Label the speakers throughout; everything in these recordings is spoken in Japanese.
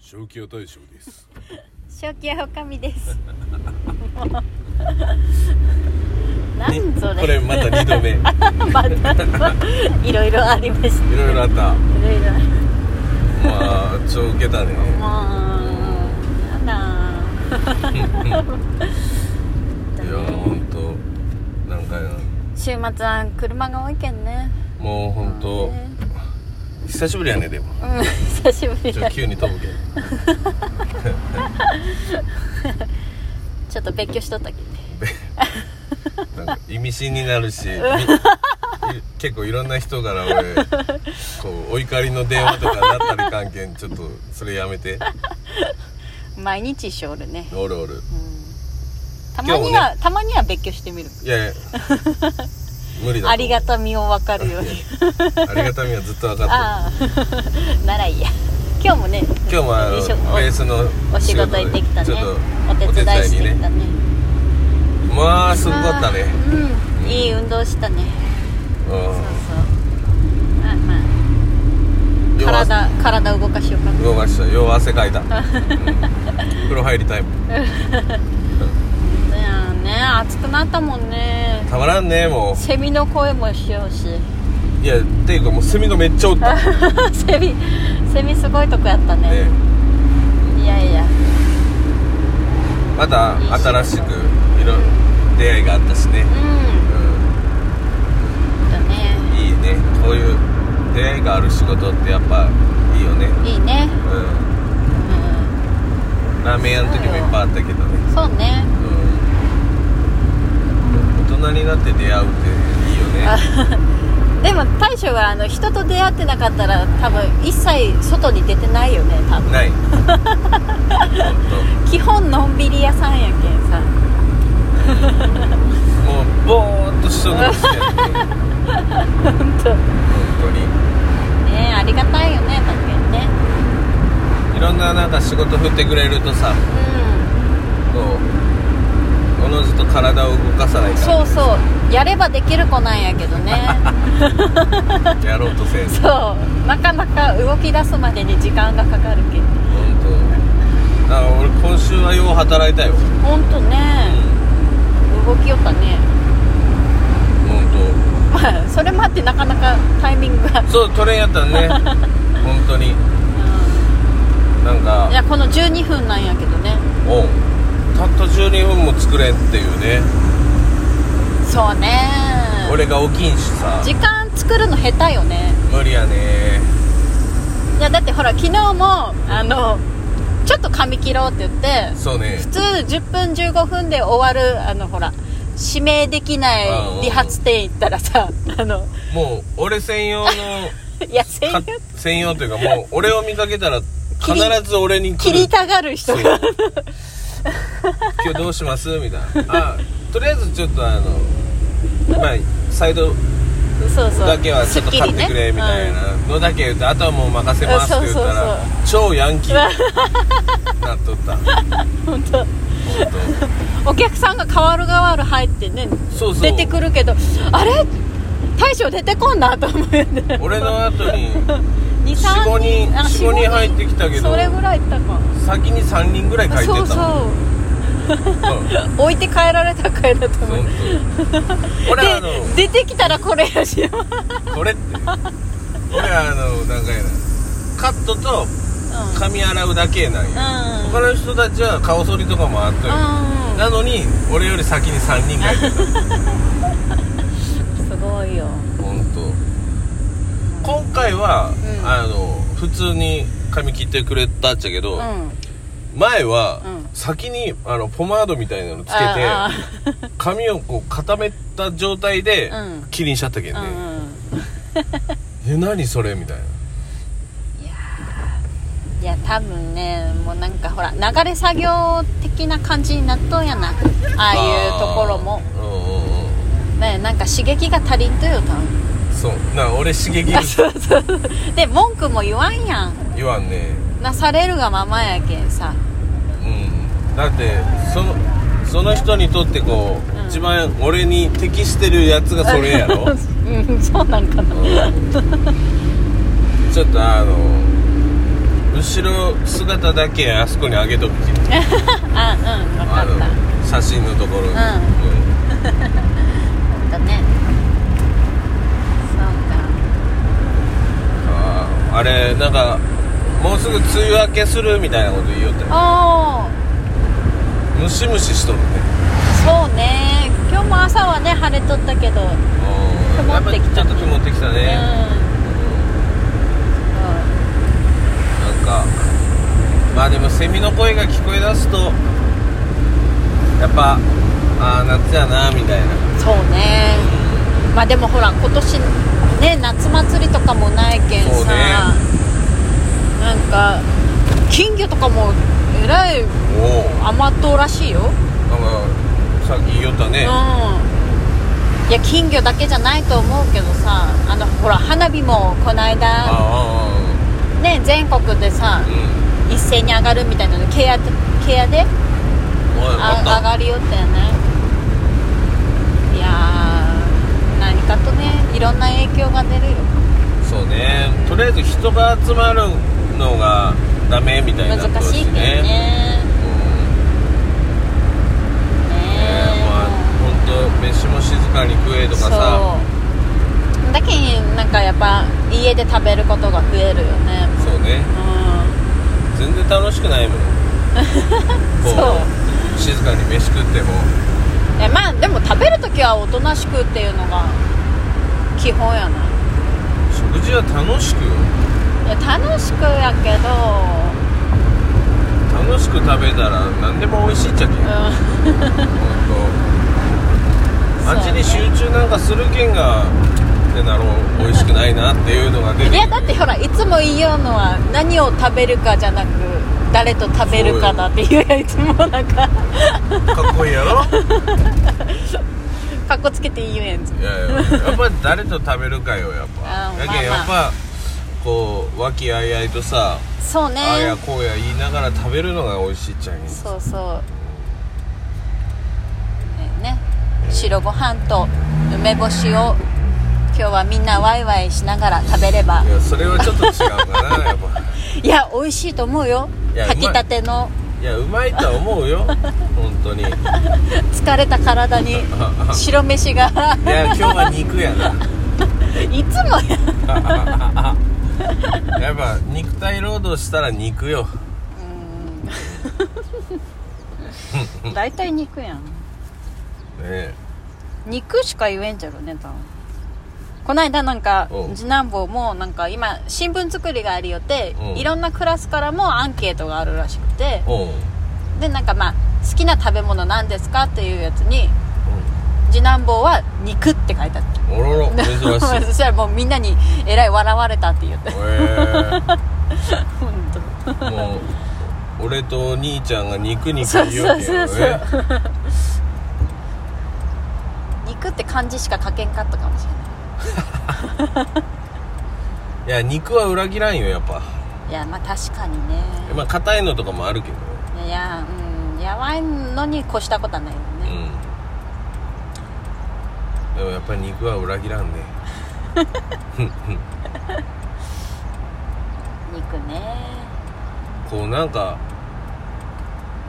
Speaker 1: 正気屋大将です
Speaker 2: 正気やおかみです。なんそれ。
Speaker 1: これまた二度 目い
Speaker 2: またいろいろありました。
Speaker 1: ろいろあったま
Speaker 2: いろいろあり
Speaker 1: あちょ受けたね
Speaker 2: ました。なんだ。
Speaker 1: いやほんとなんか
Speaker 2: 週末は車が多いけんね。
Speaker 1: もうほんと
Speaker 2: ね
Speaker 1: 久しぶりやねでも
Speaker 2: うん、久しぶり
Speaker 1: ちょ
Speaker 2: だ。
Speaker 1: 急に飛ぶけん
Speaker 2: ちょっと別居しとったけどね。
Speaker 1: なんか意味深になる しみ結構いろんな人から俺こうお怒りの電話とかなったり関係ちょっとそれやめて
Speaker 2: 毎日一緒おるね。
Speaker 1: おるおる
Speaker 2: たま
Speaker 1: 今
Speaker 2: に
Speaker 1: 日
Speaker 2: は、たまには別居してみる。
Speaker 1: いやい や無理だと思う
Speaker 2: ありがたみを分かるように。
Speaker 1: ありがたみはずっと分かっ
Speaker 2: ああ、 ならいいや。今日もね、
Speaker 1: てる今日もあの
Speaker 2: 一
Speaker 1: ベ
Speaker 2: 緒
Speaker 1: ースの
Speaker 2: お仕事
Speaker 1: で
Speaker 2: 行ってきたね
Speaker 1: ちょっと
Speaker 2: お手伝いしてきたね
Speaker 1: まあすごかったね
Speaker 2: うんいい運動したねそう
Speaker 1: う
Speaker 2: そうまあまあ
Speaker 1: んよう汗
Speaker 2: 体体動かしようかな
Speaker 1: 動かしたよう汗かいた、うん風呂入りたいもん
Speaker 2: ねえね暑くなったもんね
Speaker 1: たまらんねも
Speaker 2: セミの声もしようし
Speaker 1: ういやっていうかもうセミがめっちゃおったね
Speaker 2: セミセミすごいとこやったねいやいや
Speaker 1: また新しくいろ出会いがあったしね、
Speaker 2: う
Speaker 1: う
Speaker 2: んだね
Speaker 1: ん、いいねこういう出会いがある仕事ってやっぱいいよね
Speaker 2: いいね
Speaker 1: うん
Speaker 2: うん
Speaker 1: ラーメン屋の時もいっぱいあったけどね
Speaker 2: そうね
Speaker 1: うん大人になって出会うっていいよね
Speaker 2: あ でも大将はあの人と出会ってなかったら多分一切外に出てないよね多分
Speaker 1: ないほ
Speaker 2: 基本のんびり屋さんやけんさ
Speaker 1: んともうボーっとしとくの好きやね
Speaker 2: 本当
Speaker 1: 本
Speaker 2: ねありがたいよね確かにね
Speaker 1: 当にいろんななんか仕事振ってくれるとさこうおのずと体を動かさな
Speaker 2: う
Speaker 1: い
Speaker 2: ん
Speaker 1: か
Speaker 2: そうそうやればできる子なんやけどね
Speaker 1: らやろうとせん
Speaker 2: そうなかなか動き出すまでに時間がかかるけど
Speaker 1: 本当。だから俺今週はよう働いたよ
Speaker 2: ほんと
Speaker 1: うん
Speaker 2: ね動きよったね
Speaker 1: 本
Speaker 2: それもあってなかなかタイミングが、
Speaker 1: 当。そうトレインやった ね本当に
Speaker 2: う
Speaker 1: なんか
Speaker 2: ん、いやこの12分なんやけどね
Speaker 1: おうたった12分も作れんっていうね、
Speaker 2: そうね
Speaker 1: 俺が起きんしさ
Speaker 2: 時間作るの下手よね
Speaker 1: 無理やね
Speaker 2: いやだってほら昨日もあのちょっと髪切ろうって言って
Speaker 1: そうね
Speaker 2: 普通10分15分で終わるあのほら指名できない理髪店行ったらさ あの
Speaker 1: もう俺専用の
Speaker 2: いや専
Speaker 1: か
Speaker 2: 用
Speaker 1: 専用というかもう俺を見かけたら必
Speaker 2: 切り
Speaker 1: ず俺に来
Speaker 2: 切
Speaker 1: る
Speaker 2: りたがる人
Speaker 1: そう
Speaker 2: が
Speaker 1: 今日どうしますみたいなあとりあえずちょっとあのまあサイド
Speaker 2: そうそう
Speaker 1: だけはちょっと
Speaker 2: すき
Speaker 1: 買
Speaker 2: り
Speaker 1: って
Speaker 2: ね
Speaker 1: くれみたいなのだけ言ってあとはもう任せますって言ったら超ヤンキーなっとった本
Speaker 2: うん、本
Speaker 1: 当
Speaker 2: 当お客さんが変わる変わる入ってね
Speaker 1: そうそう
Speaker 2: 出てくるけどあれ大将出てこんなと思うよね
Speaker 1: 俺の後 に
Speaker 2: 23
Speaker 1: 45人
Speaker 2: あ
Speaker 1: 45人入ってきたけど
Speaker 2: それぐらいいったか
Speaker 1: 先に3人ぐらい書いてた
Speaker 2: そ
Speaker 1: も
Speaker 2: うんそう
Speaker 1: うん
Speaker 2: 置いて帰られた回だと思う
Speaker 1: 本当俺あの
Speaker 2: で出てきたらこれやしよう、
Speaker 1: これって俺あのなんかやなカットと
Speaker 2: ん
Speaker 1: 髪洗うだけなんや
Speaker 2: うん
Speaker 1: 他の人たちは顔剃りとかもあったよ
Speaker 2: うん
Speaker 1: なのに俺より先に3人がいてた
Speaker 2: すごいよ
Speaker 1: 本当今回は、
Speaker 2: うん
Speaker 1: あの普通に髪切ってくれたっちゃけ
Speaker 2: う
Speaker 1: ど、
Speaker 2: んあ
Speaker 1: 前は、
Speaker 2: うん
Speaker 1: 先にあのポマードみたいなのつけ
Speaker 2: あ
Speaker 1: て髪をこう固めた状態で、
Speaker 2: うん
Speaker 1: 切りにしちゃったけんね、
Speaker 2: うんうん
Speaker 1: え何それみたいない
Speaker 2: や多分ねもうなんかほら流れ作業的な感じになっとんやなああいうところも
Speaker 1: うんうんうん
Speaker 2: ねなんか刺激が足りんとよ多分
Speaker 1: そうな俺刺激
Speaker 2: で文句も言わんやん
Speaker 1: 言わんね
Speaker 2: なされるがままやけんさ
Speaker 1: うんだってそのその人にとってこう、
Speaker 2: うん
Speaker 1: 一番俺に適してるやつがそれや ろ、うん
Speaker 2: うんそうなんかな
Speaker 1: ちょっとあの後ろ姿だけあそこに上げとくき
Speaker 2: あうん分
Speaker 1: あ
Speaker 2: かった
Speaker 1: の写真のところに、
Speaker 2: ん
Speaker 1: う
Speaker 2: なんかねそ
Speaker 1: んあーあれなんかもうすぐ梅雨明けするみたいなこと言いよった
Speaker 2: う
Speaker 1: よ
Speaker 2: かお
Speaker 1: ムシムシしとるね
Speaker 2: おそうね今日も朝はね晴れとったけど
Speaker 1: うん
Speaker 2: 曇ってきた
Speaker 1: やぱ
Speaker 2: ね
Speaker 1: ちょっと曇ってきた
Speaker 2: うん
Speaker 1: ね、なんかまあでもセミの声が聞こえだすとやっぱああ夏やなみたいな
Speaker 2: そうそうねまあでもほら今年ね夏祭りとかもないけん
Speaker 1: そう
Speaker 2: さ、
Speaker 1: ね
Speaker 2: なんか金魚とかもえらい
Speaker 1: おお
Speaker 2: 甘党らしいよ、
Speaker 1: なんかさっき言いよったね、
Speaker 2: うんいや金魚だけじゃないと思うけどさあのほら花火もこの
Speaker 1: あ
Speaker 2: 間
Speaker 1: あ
Speaker 2: ね全国で
Speaker 1: あ
Speaker 2: さ
Speaker 1: あうん
Speaker 2: 一斉に上がるみたいなのケアでケアで
Speaker 1: おい
Speaker 2: あ
Speaker 1: あ
Speaker 2: 上
Speaker 1: っ
Speaker 2: がりよったよねいやー何かとねいろんな影響が出るよ
Speaker 1: たそうねとりあえず人が集まるのがダメみたい
Speaker 2: 難
Speaker 1: なこと
Speaker 2: しいけどね
Speaker 1: うんね
Speaker 2: ね
Speaker 1: まあ本当飯も静かに食えとかさ
Speaker 2: そうだけになんかやっぱ家で食べることが増えるよね
Speaker 1: そうね
Speaker 2: う
Speaker 1: 全然楽しく ないもん
Speaker 2: ん
Speaker 1: こ
Speaker 2: そう
Speaker 1: う静かに飯食っても
Speaker 2: えまあでも食べるときはおとなしくっていうのが基本やない
Speaker 1: 食事は楽しくよ
Speaker 2: いや楽しくやけど
Speaker 1: 楽しく食べたら何でも美味しいっちゃけん
Speaker 2: うん
Speaker 1: 本当
Speaker 2: そうね
Speaker 1: 味に集中なんかするけんがってなろう美味しくないなっていうのが出てく
Speaker 2: い
Speaker 1: る
Speaker 2: やだってほらいつも言いようのは何を食べるかじゃなく誰と食べるかだっていうやいつもなんか
Speaker 1: かっこいいや ろ
Speaker 2: かっこつけて言うやん
Speaker 1: いやいややっぱり誰と食べるかよやっぱ
Speaker 2: あー
Speaker 1: だけど
Speaker 2: まあま
Speaker 1: やっぱ、
Speaker 2: あ
Speaker 1: こう和気あいあいとさ、
Speaker 2: そうね
Speaker 1: ああやこうや言いながら食べるのが美味しいっちゃうね
Speaker 2: そうそうねね白ご飯と梅干しを今日はみんなワイワイしながら食べれば
Speaker 1: いやそれはちょっと違うかなやっぱ
Speaker 2: いや美味しいと思うよ
Speaker 1: いや
Speaker 2: 炊きたての
Speaker 1: いやうまいとは思 うよ本当にい
Speaker 2: 疲れた体 に白飯が
Speaker 1: や今日は肉やない
Speaker 2: つもや
Speaker 1: やっぱ肉体労働したら肉よ
Speaker 2: 大体肉やん
Speaker 1: ねえ
Speaker 2: 肉しか言えんじゃろね多分こないだなんか
Speaker 1: おう
Speaker 2: 次男坊もなんか今新聞作りがありよって
Speaker 1: うん
Speaker 2: いろんなクラスからもアンケートがあるらしくて
Speaker 1: おう
Speaker 2: でなんかまあ好きな食べ物何ですかっていうやつに次男坊は肉って書いてあった
Speaker 1: おろろ珍
Speaker 2: そ
Speaker 1: しいへ
Speaker 2: したらもうみんなにえらい笑われたって言 って
Speaker 1: え
Speaker 2: 本当
Speaker 1: もう俺とお兄ちゃんが肉肉
Speaker 2: そう
Speaker 1: 言う
Speaker 2: そう
Speaker 1: け
Speaker 2: そ
Speaker 1: ど
Speaker 2: うそ
Speaker 1: ね
Speaker 2: う肉って漢字しか書けんかったかもしれない
Speaker 1: いや肉は裏切らんよやっぱ
Speaker 2: いやまあ確かにね
Speaker 1: まあ硬いのとかもあるけど
Speaker 2: いやうんやばいのに越したことはないよ
Speaker 1: う
Speaker 2: ね、
Speaker 1: んでもやっぱり肉は裏切らんね
Speaker 2: 肉ね
Speaker 1: こうなんか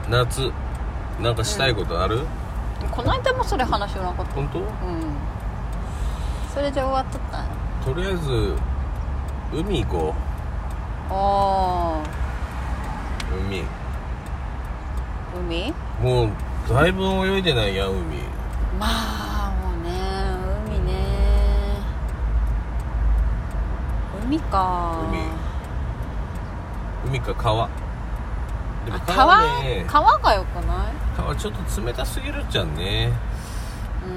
Speaker 1: 夏なんかしたいことある、
Speaker 2: この間もそれ話しなかっ
Speaker 1: 本当
Speaker 2: たうんそれで終わっとった
Speaker 1: とりあえず海行こ
Speaker 2: おー
Speaker 1: う海
Speaker 2: 海
Speaker 1: もうだいぶ泳いでないやん海
Speaker 2: まあもうね海ね海か
Speaker 1: 海か川でも
Speaker 2: あ
Speaker 1: 川
Speaker 2: 川
Speaker 1: ね川
Speaker 2: 川がよくない
Speaker 1: ちょっと冷たすぎるじゃんね
Speaker 2: うーん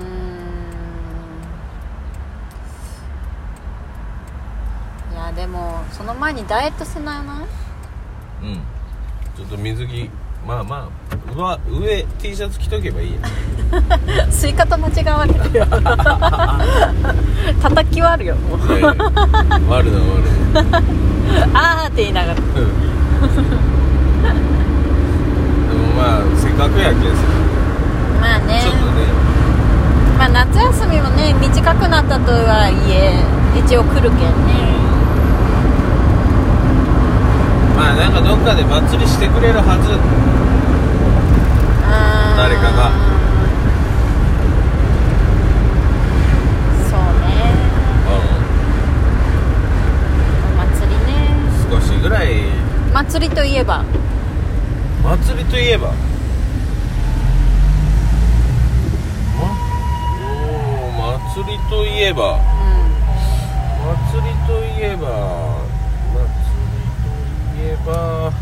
Speaker 2: いやでもその前にダイエットせないな
Speaker 1: うんちょっと水着まあまあうわ上 T シャツ着とけばいいや
Speaker 2: スイカと間違われ るよ叩き割るよもう
Speaker 1: いやいや 悪だ悪だ
Speaker 2: あーって言いなが
Speaker 1: う
Speaker 2: ら
Speaker 1: んでもまあせっかくやけんさ
Speaker 2: まあね
Speaker 1: ちょっとね
Speaker 2: まあ夏休みもね短くなったとはいえ一応来るけんね
Speaker 1: まあなんかどっかで祭りしてくれるはず誰かが
Speaker 2: そうね
Speaker 1: う
Speaker 2: お
Speaker 1: ん少
Speaker 2: 祭りね
Speaker 1: しぐらい
Speaker 2: 祭りといえば
Speaker 1: 祭りといえばまおー祭りといえば
Speaker 2: う
Speaker 1: 祭りといえば祭りといえば
Speaker 2: ん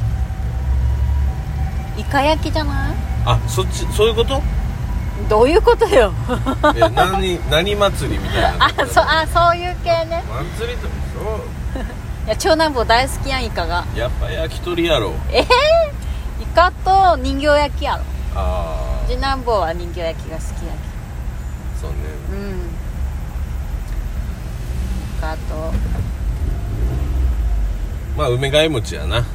Speaker 2: イカ焼きじゃない
Speaker 1: あそっちそういう こと
Speaker 2: どういうこと よ
Speaker 1: え何何祭りみたいな
Speaker 2: あそあそういう系ね
Speaker 1: 祭りとそ
Speaker 2: いや長男坊大好きやんイカが
Speaker 1: うやっぱ焼き鳥やろ
Speaker 2: ええイカと人形焼きやろ
Speaker 1: ああ
Speaker 2: 次男坊は人形焼きが好きや
Speaker 1: そうね
Speaker 2: けどうんイカと
Speaker 1: まあ梅貝餅やなやっ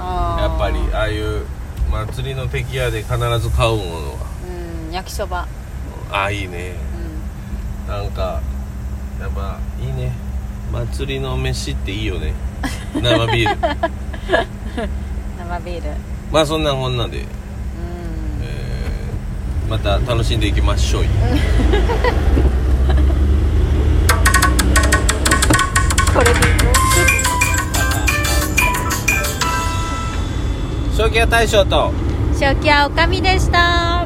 Speaker 2: あー
Speaker 1: ぱりああいう祭りの敵屋で必ず買うものは
Speaker 2: うん焼きそば
Speaker 1: ああいいね
Speaker 2: うん
Speaker 1: なんかやっぱいいね祭りの飯っていいよね生ビール
Speaker 2: 生ビール
Speaker 1: まあそんなこんなんで、
Speaker 2: うん
Speaker 1: えーまた楽しんでいきましょうい
Speaker 2: これで
Speaker 1: 正気屋大将と
Speaker 2: 正気はおかみでした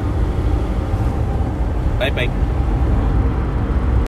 Speaker 1: バイバイ